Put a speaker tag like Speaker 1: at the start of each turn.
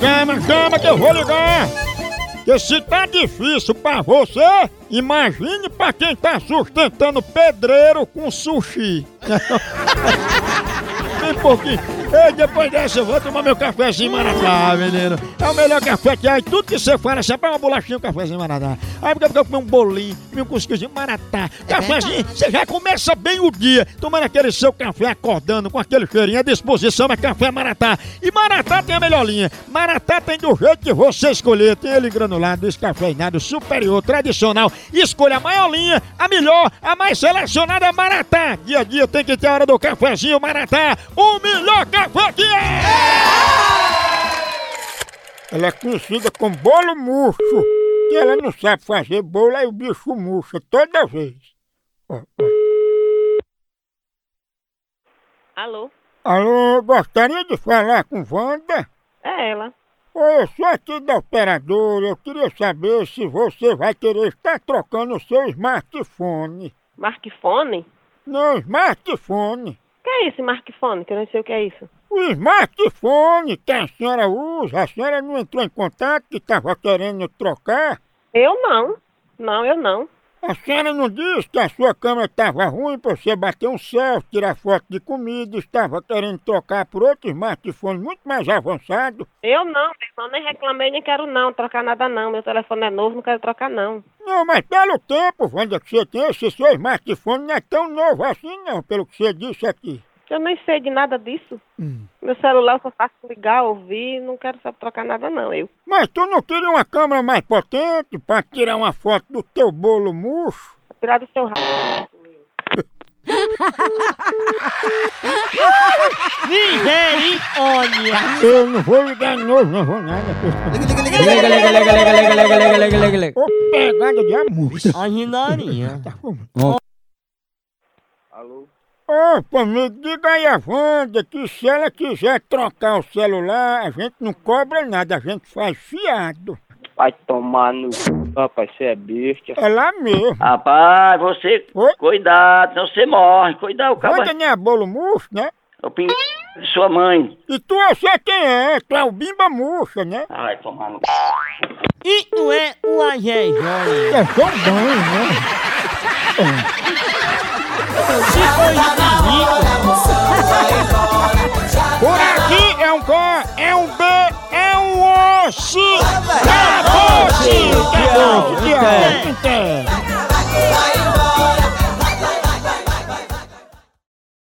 Speaker 1: Calma que eu vou ligar! Porque se tá difícil pra você, imagine pra quem tá sustentando pedreiro com sushi. Bem pouquinho. Ei, depois dessa eu vou tomar meu cafezinho maratá, menino. É o melhor café que há. E tudo que você fala, você pega uma bolachinha, um cafezinho maratá. Aí porque eu comi um bolinho, comi um cuscuzinho maratá. Cafezinho, você já começa bem o dia, tomando aquele seu café, acordando com aquele cheirinho à disposição, é café maratá. E maratá tem a melhor linha. Maratá tem do jeito que você escolher. Tem ele granulado, descafeinado, superior, tradicional. Escolha a maior linha, a melhor, a mais selecionada, maratá. Dia a dia tem que ter a hora do cafezinho maratá. O melhor café que é! Ela é conhecida como bolo murcho. E ela não sabe fazer bolo, aí o bicho murcha toda vez. Ó, ó.
Speaker 2: Alô?
Speaker 1: Alô, gostaria de falar com Wanda?
Speaker 2: É ela.
Speaker 1: Oi, eu sou aqui da operadora. Eu queria saber se você vai querer estar trocando o seu smartphone.
Speaker 2: Marquifone?
Speaker 1: Não, smartphone.
Speaker 2: Que é isso, marquifone? Que eu não sei o que é isso.
Speaker 1: O smartphone que a senhora usa, a senhora não entrou em contato que estava querendo trocar?
Speaker 2: Eu não. Não, eu não.
Speaker 1: A senhora não disse que a sua câmera estava ruim para você bater um selfie, tirar foto de comida, estava querendo trocar por outro smartphone muito mais avançado?
Speaker 2: Eu não, meu irmão. Nem reclamei, nem quero não trocar nada não. Meu telefone é novo, não quero trocar não.
Speaker 1: Não, mas pelo tempo, Wanda, que você tem, esse seu smartphone não é tão novo assim não, pelo que você disse aqui.
Speaker 2: Eu nem sei de nada disso. Meu celular eu só faço ligar, ouvir, não quero saber trocar nada não, eu.
Speaker 1: Mas tu não queria uma câmera mais potente para tirar uma foto do teu bolo murcho?
Speaker 2: Tirar do seu rabo.
Speaker 1: Eu não vou ligar de novo, não vou nada.
Speaker 3: Lega, lega, lega, lega, lega, lega, lega, lega, lega, lega.
Speaker 1: Ô, pegada de amurça.
Speaker 3: A rinarinha.
Speaker 1: Tá como?
Speaker 4: Alô?
Speaker 1: Opa, me diga aí a Wanda que se ela quiser trocar o celular, a gente não cobra nada, a gente faz fiado.
Speaker 4: Vai tomar no c... rapaz, você é besta.
Speaker 1: É lá mesmo.
Speaker 4: Ah, Rapaz, você.
Speaker 1: Oi?
Speaker 4: Cuidado, senão você morre. Cuidado, o
Speaker 1: Wanda
Speaker 4: cara.
Speaker 1: não é bolo murcho, né?
Speaker 4: O pin... de sua mãe.
Speaker 1: E tu eu sei quem é, tu é o bimba murcha, né?
Speaker 4: Ah, Vai tomar no c...
Speaker 3: E não é o Ajejóia.
Speaker 1: É tão bom, né? Por aqui é um K, é um B, é um O, se... Acabou-se! Acabou-se! Acabou-se!